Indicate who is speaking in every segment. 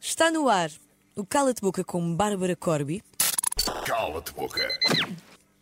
Speaker 1: Está no ar o Cala-te Boca com Bárbara Corby.
Speaker 2: Cala-te boca.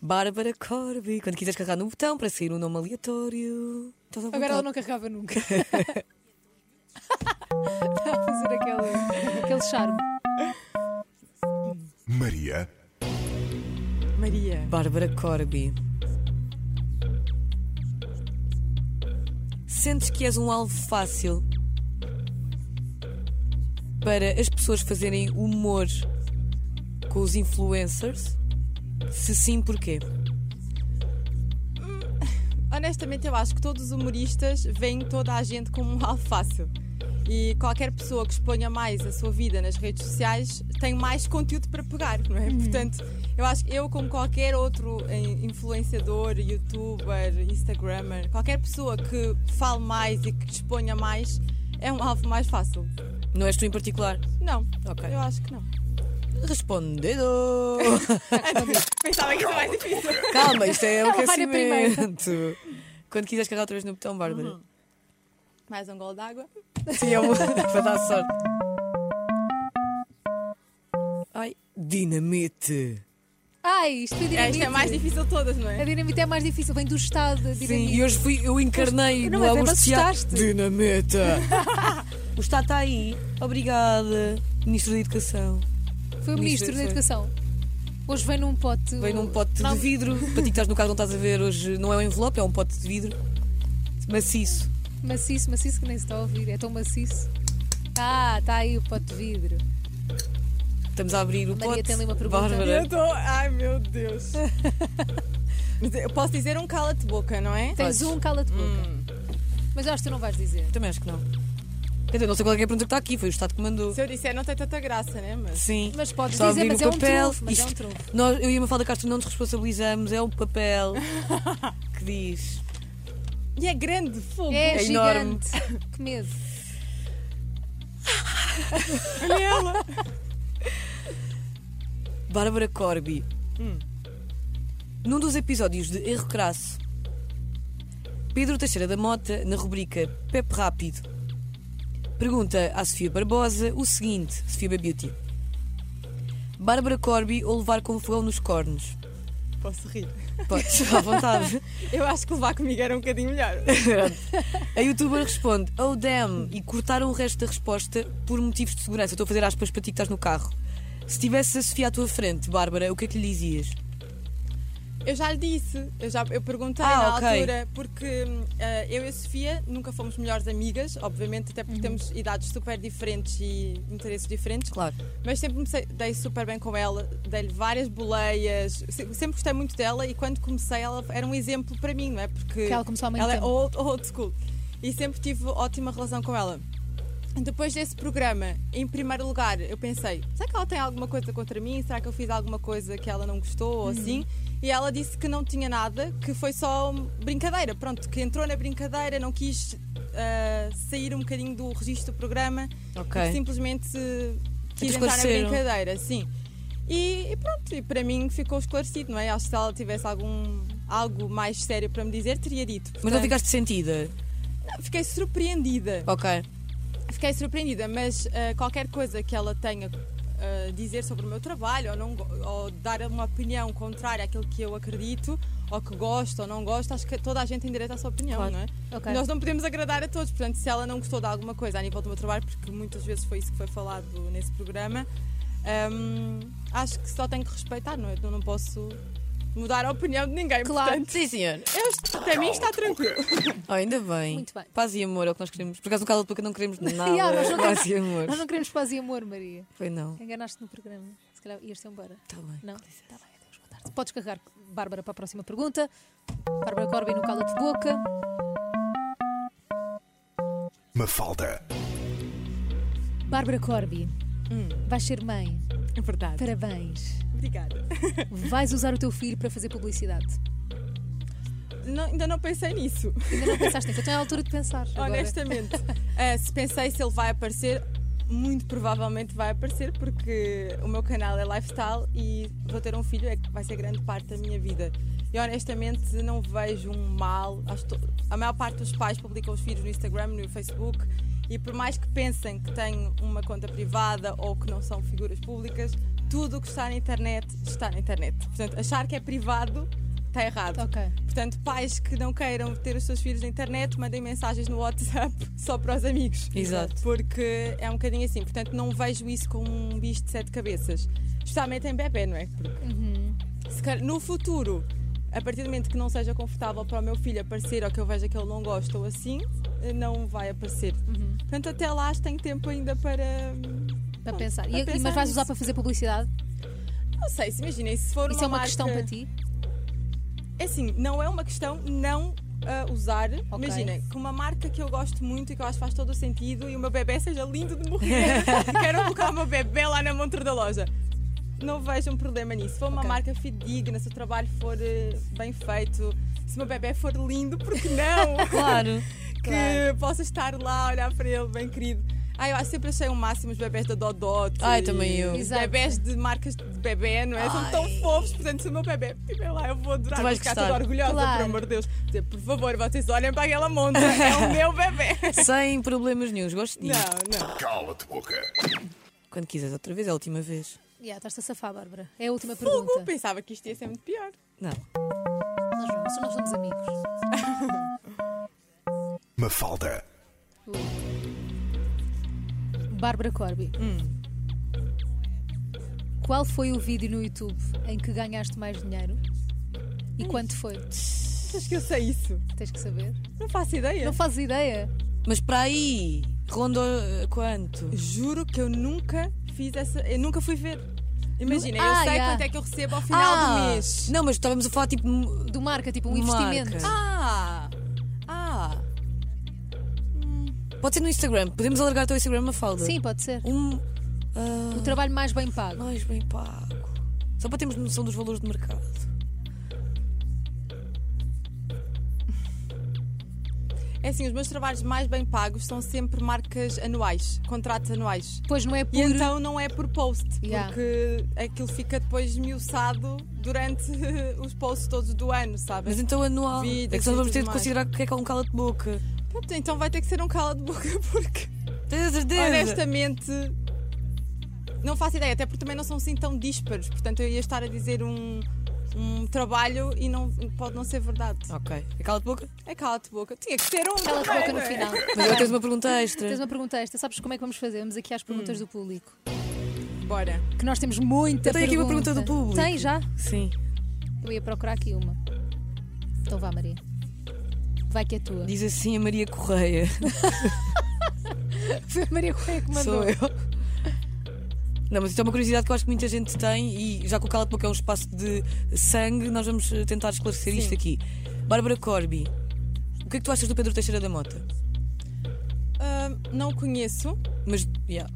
Speaker 1: Bárbara Corby, quando quiseres carregar no botão para sair um nome aleatório. Estás à
Speaker 3: Agora ela
Speaker 1: vontade.
Speaker 3: não carregava nunca. Está a fazer aquele, aquele charme.
Speaker 2: Maria
Speaker 4: Maria.
Speaker 1: Bárbara Corby. Sentes que és um alvo fácil para as pessoas fazerem humor com os influencers? Se sim, porquê?
Speaker 4: Honestamente, eu acho que todos os humoristas veem toda a gente como um alvo fácil. E qualquer pessoa que exponha mais a sua vida nas redes sociais tem mais conteúdo para pegar, não é? Portanto, eu acho que eu, como qualquer outro eh, influenciador, youtuber, instagrammer, qualquer pessoa que fale mais e que exponha mais, é um alvo mais fácil.
Speaker 1: Não és tu em particular?
Speaker 4: Não,
Speaker 1: Ok.
Speaker 4: eu acho que não.
Speaker 1: Respondendo!
Speaker 4: Pensava que isso mais difícil.
Speaker 1: Calma, isto é o
Speaker 3: Ela vai na primeira.
Speaker 1: aquecimento. Quando quiseres carregar outra vez no botão, Bárbara.
Speaker 3: Uhum.
Speaker 4: Mais um gol d'água.
Speaker 1: Sim, é uma para dar sorte. Ai, dinamite.
Speaker 3: Ai, isto foi dinamite.
Speaker 4: Esta é a mais difícil de todas, não é?
Speaker 3: A dinamite é a mais difícil, vem do estado. A
Speaker 1: Sim,
Speaker 3: dinamite.
Speaker 1: e hoje fui, eu encarnei
Speaker 3: Mas- não,
Speaker 1: no
Speaker 3: mas até
Speaker 1: álbum
Speaker 3: me
Speaker 1: de teatro.
Speaker 3: assustaste.
Speaker 1: Dinamita. o Estado está aí. Obrigada, Ministro da Educação.
Speaker 3: Foi o Ministro
Speaker 1: Ministro,
Speaker 3: da
Speaker 1: foi.
Speaker 3: Educação. Hoje vem num pote.
Speaker 1: Veio num pote
Speaker 3: Não,
Speaker 1: de vidro. Para ti que estás no carro não estás a ver hoje, não é um envelope, é um pote de vidro. Maciço.
Speaker 3: Maciço, maciço que nem se está a ouvir. É tão maciço. Ah, está aí o pote de vidro.
Speaker 1: Estamos a abrir o
Speaker 3: Maria
Speaker 1: pote.
Speaker 3: tem ali uma pergunta.
Speaker 1: Bárbara.
Speaker 4: Eu tô... Ai meu Deus. Mas eu posso dizer um cala-te-boca, não é?
Speaker 3: Tens
Speaker 1: Podes.
Speaker 3: um cala-te boca. Mas eu acho que tu não vais dizer.
Speaker 1: Também acho que não. Quer dizer, não sei qual é que é a pergunta que está aqui, foi o Estado que mandou.
Speaker 4: Se eu disser, não tem tanta graça, né? Mas.
Speaker 1: Sim.
Speaker 3: Mas podes
Speaker 1: Só
Speaker 3: dizer,
Speaker 1: abrir
Speaker 3: mas
Speaker 1: o
Speaker 3: é um
Speaker 1: papel.
Speaker 3: trunfo. Mas é um
Speaker 1: Isto-
Speaker 3: trunfo.
Speaker 1: Nós, eu e a Mafalda Castro não nos responsabilizamos, é o papel que diz.
Speaker 4: E é grande, fogo.
Speaker 3: É,
Speaker 1: é enorme.
Speaker 3: gigante. Que medo.
Speaker 4: Olha ela.
Speaker 1: Bárbara Corby.
Speaker 3: Hum.
Speaker 1: Num dos episódios de Erro Crasso, Pedro Teixeira da Mota, na rubrica Pepe Rápido, pergunta à Sofia Barbosa o seguinte: Sofia Beauty. Bárbara Corby ou levar com fogão nos cornos?
Speaker 4: Posso rir.
Speaker 1: Podes, à vontade.
Speaker 4: Eu acho que levar comigo era um bocadinho melhor.
Speaker 1: A youtuber responde, oh damn, e cortaram o resto da resposta por motivos de segurança. Eu Estou a fazer aspas para ti que estás no carro. Se tivesse a Sofia à tua frente, Bárbara, o que é que lhe dizias?
Speaker 4: Eu já lhe disse, eu já eu perguntei
Speaker 1: Ah,
Speaker 4: na
Speaker 1: ok.
Speaker 4: altura, porque hum, ah, eu e a Sofia nunca fomos melhores amigas, obviamente, até porque temos idades super diferentes e interesses diferentes.
Speaker 1: Claro.
Speaker 4: mas sempre me sei- dei super bem com ela, dei-lhe várias boleias, se- sempre gostei muito dela e quando comecei ela era um exemplo para mim, não é? Porque
Speaker 3: Que ela começou há muito
Speaker 4: ela é
Speaker 3: tempo.
Speaker 4: old, old school e sempre tive ótima relação com ela. Depois desse programa, em primeiro lugar, eu pensei: será que ela tem alguma coisa contra mim? Será que eu fiz alguma coisa que ela não gostou
Speaker 3: Uhum.
Speaker 4: ou assim? E ela disse que não tinha nada, que foi só um brincadeira, pronto, que entrou na brincadeira, não quis ah, sair um bocadinho do registro do programa
Speaker 1: Ok.
Speaker 4: e que simplesmente se quis
Speaker 1: Te
Speaker 4: entrar na
Speaker 1: esclareceram.
Speaker 4: brincadeira, sim. E, e pronto, e para mim ficou esclarecido, não é? Acho que se ela tivesse algum, algo mais sério para me dizer, teria dito.
Speaker 1: Mas não
Speaker 4: Portanto,
Speaker 1: ficaste sentida?
Speaker 4: não, Fiquei surpreendida.
Speaker 1: Ok.
Speaker 4: Fiquei surpreendida, mas ah, qualquer coisa que ela tenha a dizer sobre o meu trabalho ou, não, go- ou dar uma opinião contrária àquilo que eu acredito ou que gosto ou não gosto, acho que toda a gente tem direito à sua opinião,
Speaker 1: Claro.
Speaker 4: não é?
Speaker 3: Ok.
Speaker 4: Nós não podemos agradar a todos, portanto, se ela não gostou de alguma coisa a nível do meu trabalho, porque muitas vezes foi isso que foi falado nesse programa, hum, acho que só tenho que respeitar, não é? Eu não posso mudar a opinião de ninguém,
Speaker 3: Claro.
Speaker 4: portanto,
Speaker 1: Sim, senhor.
Speaker 4: eu, est- para mim está tranquilo.
Speaker 1: Oh, ainda bem.
Speaker 3: Muito bem.
Speaker 1: Paz e amor é o que nós queremos. Por acaso no Cala de Boca não queremos nada.
Speaker 3: Yeah, nós não
Speaker 1: Paz e amor.
Speaker 3: Nós não queremos paz e amor, Maria.
Speaker 1: Foi não.
Speaker 3: Enganaste no programa. Se calhar um ias-te embora.
Speaker 1: Está bem.
Speaker 3: Não?
Speaker 4: é.
Speaker 3: Está bem, adeus, boa tarde. Podes carregar, Bárbara, para a próxima pergunta. Bárbara Corby no cala de boca.
Speaker 2: Mafalda.
Speaker 3: Bárbara Corby, vais ser mãe.
Speaker 4: Hum. É verdade.
Speaker 3: Parabéns.
Speaker 4: Obrigada.
Speaker 3: Vais usar o teu filho para fazer publicidade.
Speaker 4: Não- ainda não pensei nisso.
Speaker 3: Ainda não pensaste nisso, então é a altura de pensar. agora.
Speaker 4: Honestamente, eh, se pensei se ele vai aparecer, muito provavelmente vai aparecer, porque o meu canal é lifestyle e vou ter um filho, é que vai ser grande parte da minha vida. E honestamente, não vejo um mal. Acho que to- a maior parte dos pais publicam os filhos no Instagram, no Facebook E por mais que pensem que têm uma conta privada ou que não são figuras públicas, tudo o que está na internet está na internet. Portanto, achar que é privado está errado.
Speaker 3: Ok.
Speaker 4: Portanto, pais que não queiram ter os seus filhos na internet, mandem mensagens no WhatsApp só para os amigos.
Speaker 1: Exato.
Speaker 4: Porque é um bocadinho assim. Portanto, não vejo isso como um bicho de sete cabeças. Especialmente em bebê, não é? Porque se calhar, no futuro, a partir do momento que não seja confortável para o meu filho aparecer ou que eu veja que ele não gosta ou assim, eh, não vai aparecer.
Speaker 3: Uhum.
Speaker 4: Portanto, até lá acho que tenho tempo ainda para.
Speaker 3: Para
Speaker 4: Pronto,
Speaker 3: pensar. E-
Speaker 4: para
Speaker 3: e-
Speaker 4: pensar
Speaker 3: mas vais usar
Speaker 4: nisso.
Speaker 3: para fazer publicidade?
Speaker 4: Não sei, se imaginem, se for
Speaker 3: Isso é uma
Speaker 4: marca-
Speaker 3: questão para ti?
Speaker 4: É assim, não é uma questão não ah, usar. Imaginem, que uma marca que eu gosto muito e que eu acho que faz todo o sentido e o meu bebê seja lindo de morrer. Quero colocar o meu bebê lá na montra da loja. Não vejo um problema nisso. Se for uma
Speaker 3: Ok.
Speaker 4: marca fidedigna, se o trabalho for eh, bem feito, se o meu bebê for lindo, por que não?
Speaker 1: Claro.
Speaker 4: que possa estar lá, olhar para ele, bem querido. Ah, eu sempre achei o máximo os bebés da Dodot.
Speaker 1: Ai, também eu.
Speaker 4: Os
Speaker 3: Exato.
Speaker 4: bebés de marcas de bebê, não é? São tão fofos, portanto, se o meu bebê estiver lá, eu vou adorar.
Speaker 1: Tu vais
Speaker 4: vou ficar
Speaker 1: gostar.
Speaker 4: toda orgulhosa,
Speaker 3: Claro.
Speaker 4: por amor de Deus. Dizer, por favor, vocês olhem para aquela monta, é o meu bebê.
Speaker 1: Sem problemas nenhums, gosto disso.
Speaker 4: Não, não.
Speaker 2: Cala-te boca.
Speaker 1: Quando quiseres outra vez, é a última vez.
Speaker 3: Yeah, Estás-te a safar, Bárbara. É a última
Speaker 4: Fogo,
Speaker 3: pergunta.
Speaker 4: pensava que isto ia ser muito pior.
Speaker 1: Não.
Speaker 3: Nós não, nós somos amigos.
Speaker 2: Mafalda.
Speaker 3: Bárbara Corby.
Speaker 1: Hum.
Speaker 3: Qual foi o vídeo no YouTube em que ganhaste mais dinheiro? E quanto foi?
Speaker 4: Acho que eu sei isso.
Speaker 3: Tens que saber.
Speaker 4: Não faço ideia.
Speaker 3: Não fazes ideia?
Speaker 1: Mas para aí, rondou eh, quanto?
Speaker 4: Juro que eu nunca fiz essa. Eu nunca fui ver. Imagina, eu
Speaker 3: Ah,
Speaker 4: sei
Speaker 3: yeah. Ah.
Speaker 4: quanto é que eu recebo ao final do mês.
Speaker 1: Não, mas estávamos a falar tipo. m-
Speaker 3: Do marca, tipo um
Speaker 1: Marca.
Speaker 3: investimento.
Speaker 4: Ah! Ah!
Speaker 1: Pode ser no Instagram. Podemos alargar o teu Instagram uma falda.
Speaker 3: Ah, Sim, pode ser.
Speaker 1: Um. ah,
Speaker 3: O trabalho mais bem pago.
Speaker 1: mais bem pago. Só para termos noção dos valores de mercado.
Speaker 4: É assim, os meus trabalhos mais bem pagos são sempre marcas anuais, contratos anuais.
Speaker 3: Pois não é
Speaker 4: E
Speaker 3: por.
Speaker 4: então não é por post,
Speaker 3: Yeah.
Speaker 4: porque aquilo fica depois esmiuçado durante os posts todos do ano,
Speaker 1: Mas
Speaker 4: sabes?
Speaker 1: então anual.
Speaker 4: Vídeos
Speaker 1: é que só
Speaker 4: e
Speaker 1: vamos ter
Speaker 4: tudo
Speaker 1: de
Speaker 4: mais.
Speaker 1: considerar o que é que é um cala de boca.
Speaker 4: Pronto, então vai ter que ser um cala de boca, porque
Speaker 1: Tens a certeza?
Speaker 4: honestamente não faço ideia, até porque também não são assim tão dísparos, portanto eu ia estar a dizer um, um trabalho e não, pode não ser verdade.
Speaker 1: Ok. É cala de boca?
Speaker 4: É cala de boca, tinha que ter um.
Speaker 3: Cala de boca no final.
Speaker 1: Mas agora tens uma pergunta extra.
Speaker 3: Tens uma pergunta esta. Sabes como é que vamos fazer? Vamos aqui às perguntas do público.
Speaker 4: Bora.
Speaker 3: Que nós temos muita
Speaker 1: Hum. Eu tenho aqui uma pergunta do público.
Speaker 3: Tem já?
Speaker 1: Sim.
Speaker 3: Eu ia procurar aqui uma. Então vá, Maria. Vai que é tua.
Speaker 1: Diz assim a Maria Correia.
Speaker 3: Foi a Maria Correia que mandou.
Speaker 1: Sou eu. Não, mas isto é uma curiosidade que eu acho que muita gente tem e já que o Cala-te Boca é um espaço de sangue, nós vamos eh, tentar esclarecer isto aqui. Bárbara Corby, o que é que tu achas do Pedro Teixeira da Mota?
Speaker 4: Ah, não conheço,
Speaker 1: Mas, yeah.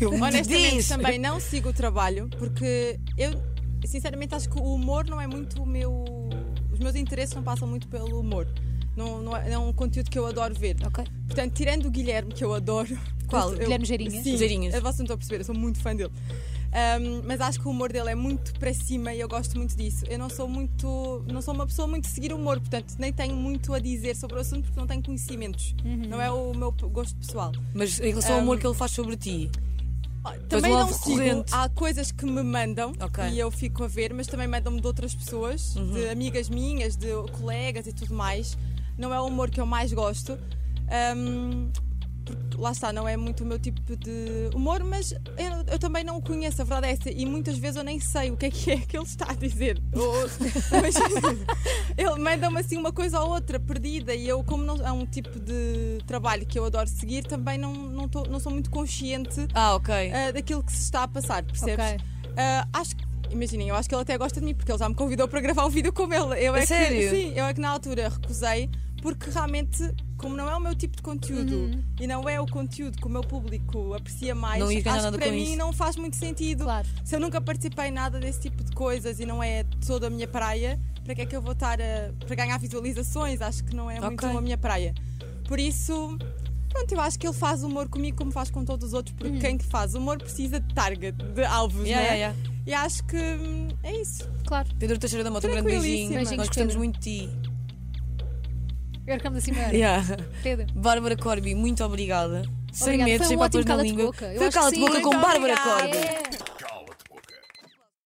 Speaker 1: Eu me
Speaker 4: Honestamente,
Speaker 1: diz.
Speaker 4: também não sigo o trabalho, porque eu, sinceramente, acho que o humor não é muito o meu. Os meus interesses não passam muito pelo humor. Não, não é, é um conteúdo que eu adoro ver.
Speaker 3: Ok.
Speaker 4: Portanto, tirando o Guilherme, que eu adoro.
Speaker 1: Qual?
Speaker 4: Eu-
Speaker 3: Guilherme Geirinhas?
Speaker 4: Sim,
Speaker 1: Geirinhas.
Speaker 4: eu- Vocês não estão a perceber, eu sou muito fã dele. Ahm, mas acho que o humor dele é muito para cima e eu gosto muito disso. Eu não sou muito. Não sou uma pessoa muito de seguir o humor, portanto, nem tenho muito a dizer sobre o assunto porque não tenho conhecimentos.
Speaker 3: Uhum.
Speaker 4: Não é o meu p- gosto pessoal.
Speaker 1: Mas em relação ao humor que ele faz sobre ti,
Speaker 4: Ah, Também
Speaker 1: um
Speaker 4: não
Speaker 1: alvo
Speaker 4: sigo.
Speaker 1: recorrente.
Speaker 4: Há coisas que me mandam
Speaker 1: Ok.
Speaker 4: e eu fico a ver, mas também mandam-me de outras pessoas, de amigas minhas, de colegas e tudo mais. Não é o humor que eu mais gosto. Ahm, porque lá está, não é muito o meu tipo de humor, mas eu, eu também não o conheço, a verdade é essa, e muitas vezes eu nem sei o que é que é que ele está a dizer. Ou- mas ele manda-me assim uma coisa ou outra perdida, e eu, como não é um tipo de trabalho que eu adoro seguir, também não, não, tô- não sou muito consciente
Speaker 1: ah, ok.
Speaker 4: ah, daquilo que se está a passar, percebes?
Speaker 3: Ok.
Speaker 4: Ah, acho que. Imaginem, eu acho que ele até gosta de mim porque ele já me convidou para gravar um vídeo com ele. Eu
Speaker 1: A
Speaker 4: é que-
Speaker 1: sério?
Speaker 4: sim, eu é que na altura recusei porque realmente, como não é o meu tipo de conteúdo e não é o conteúdo que o meu público aprecia mais,
Speaker 1: Uhum. Não ias ganhar
Speaker 4: acho
Speaker 1: nada
Speaker 4: que para
Speaker 1: com
Speaker 4: mim
Speaker 1: isso.
Speaker 4: não faz muito sentido.
Speaker 3: Claro.
Speaker 4: Se eu nunca participei em nada desse tipo de coisas e não é toda a minha praia, para que é que eu vou estar a, para ganhar visualizações? Acho que não é muito
Speaker 1: Ok.
Speaker 4: a minha praia. Por isso, pronto, eu acho que ele faz humor comigo como faz com todos os outros, porque quem que faz humor precisa de target, de alvos,
Speaker 1: Uhum. Yeah,
Speaker 4: não é?
Speaker 1: yeah, yeah.
Speaker 4: E acho que hum, é isso.
Speaker 3: Claro.
Speaker 1: Pedro Teixeira da Mota, um grande
Speaker 4: Tranquilíssima.
Speaker 1: beijinho. Nós
Speaker 3: Beijinhos,
Speaker 1: gostamos
Speaker 3: Pedro.
Speaker 1: muito de ti.
Speaker 3: Ercamos acima.
Speaker 1: Yeah.
Speaker 3: assim, Pedro.
Speaker 1: Bárbara Corby, muito obrigada. Sem
Speaker 3: Obrigada,
Speaker 1: medo,
Speaker 3: foi um
Speaker 1: sem
Speaker 3: ótimo
Speaker 1: papas na
Speaker 3: cala-te
Speaker 1: língua.
Speaker 3: boca. Eu
Speaker 1: Foi
Speaker 3: acho que
Speaker 1: cala-te boca
Speaker 3: sim. Então,
Speaker 1: com
Speaker 4: Muito
Speaker 1: Bárbara
Speaker 4: obrigada.
Speaker 1: Corby.
Speaker 3: É.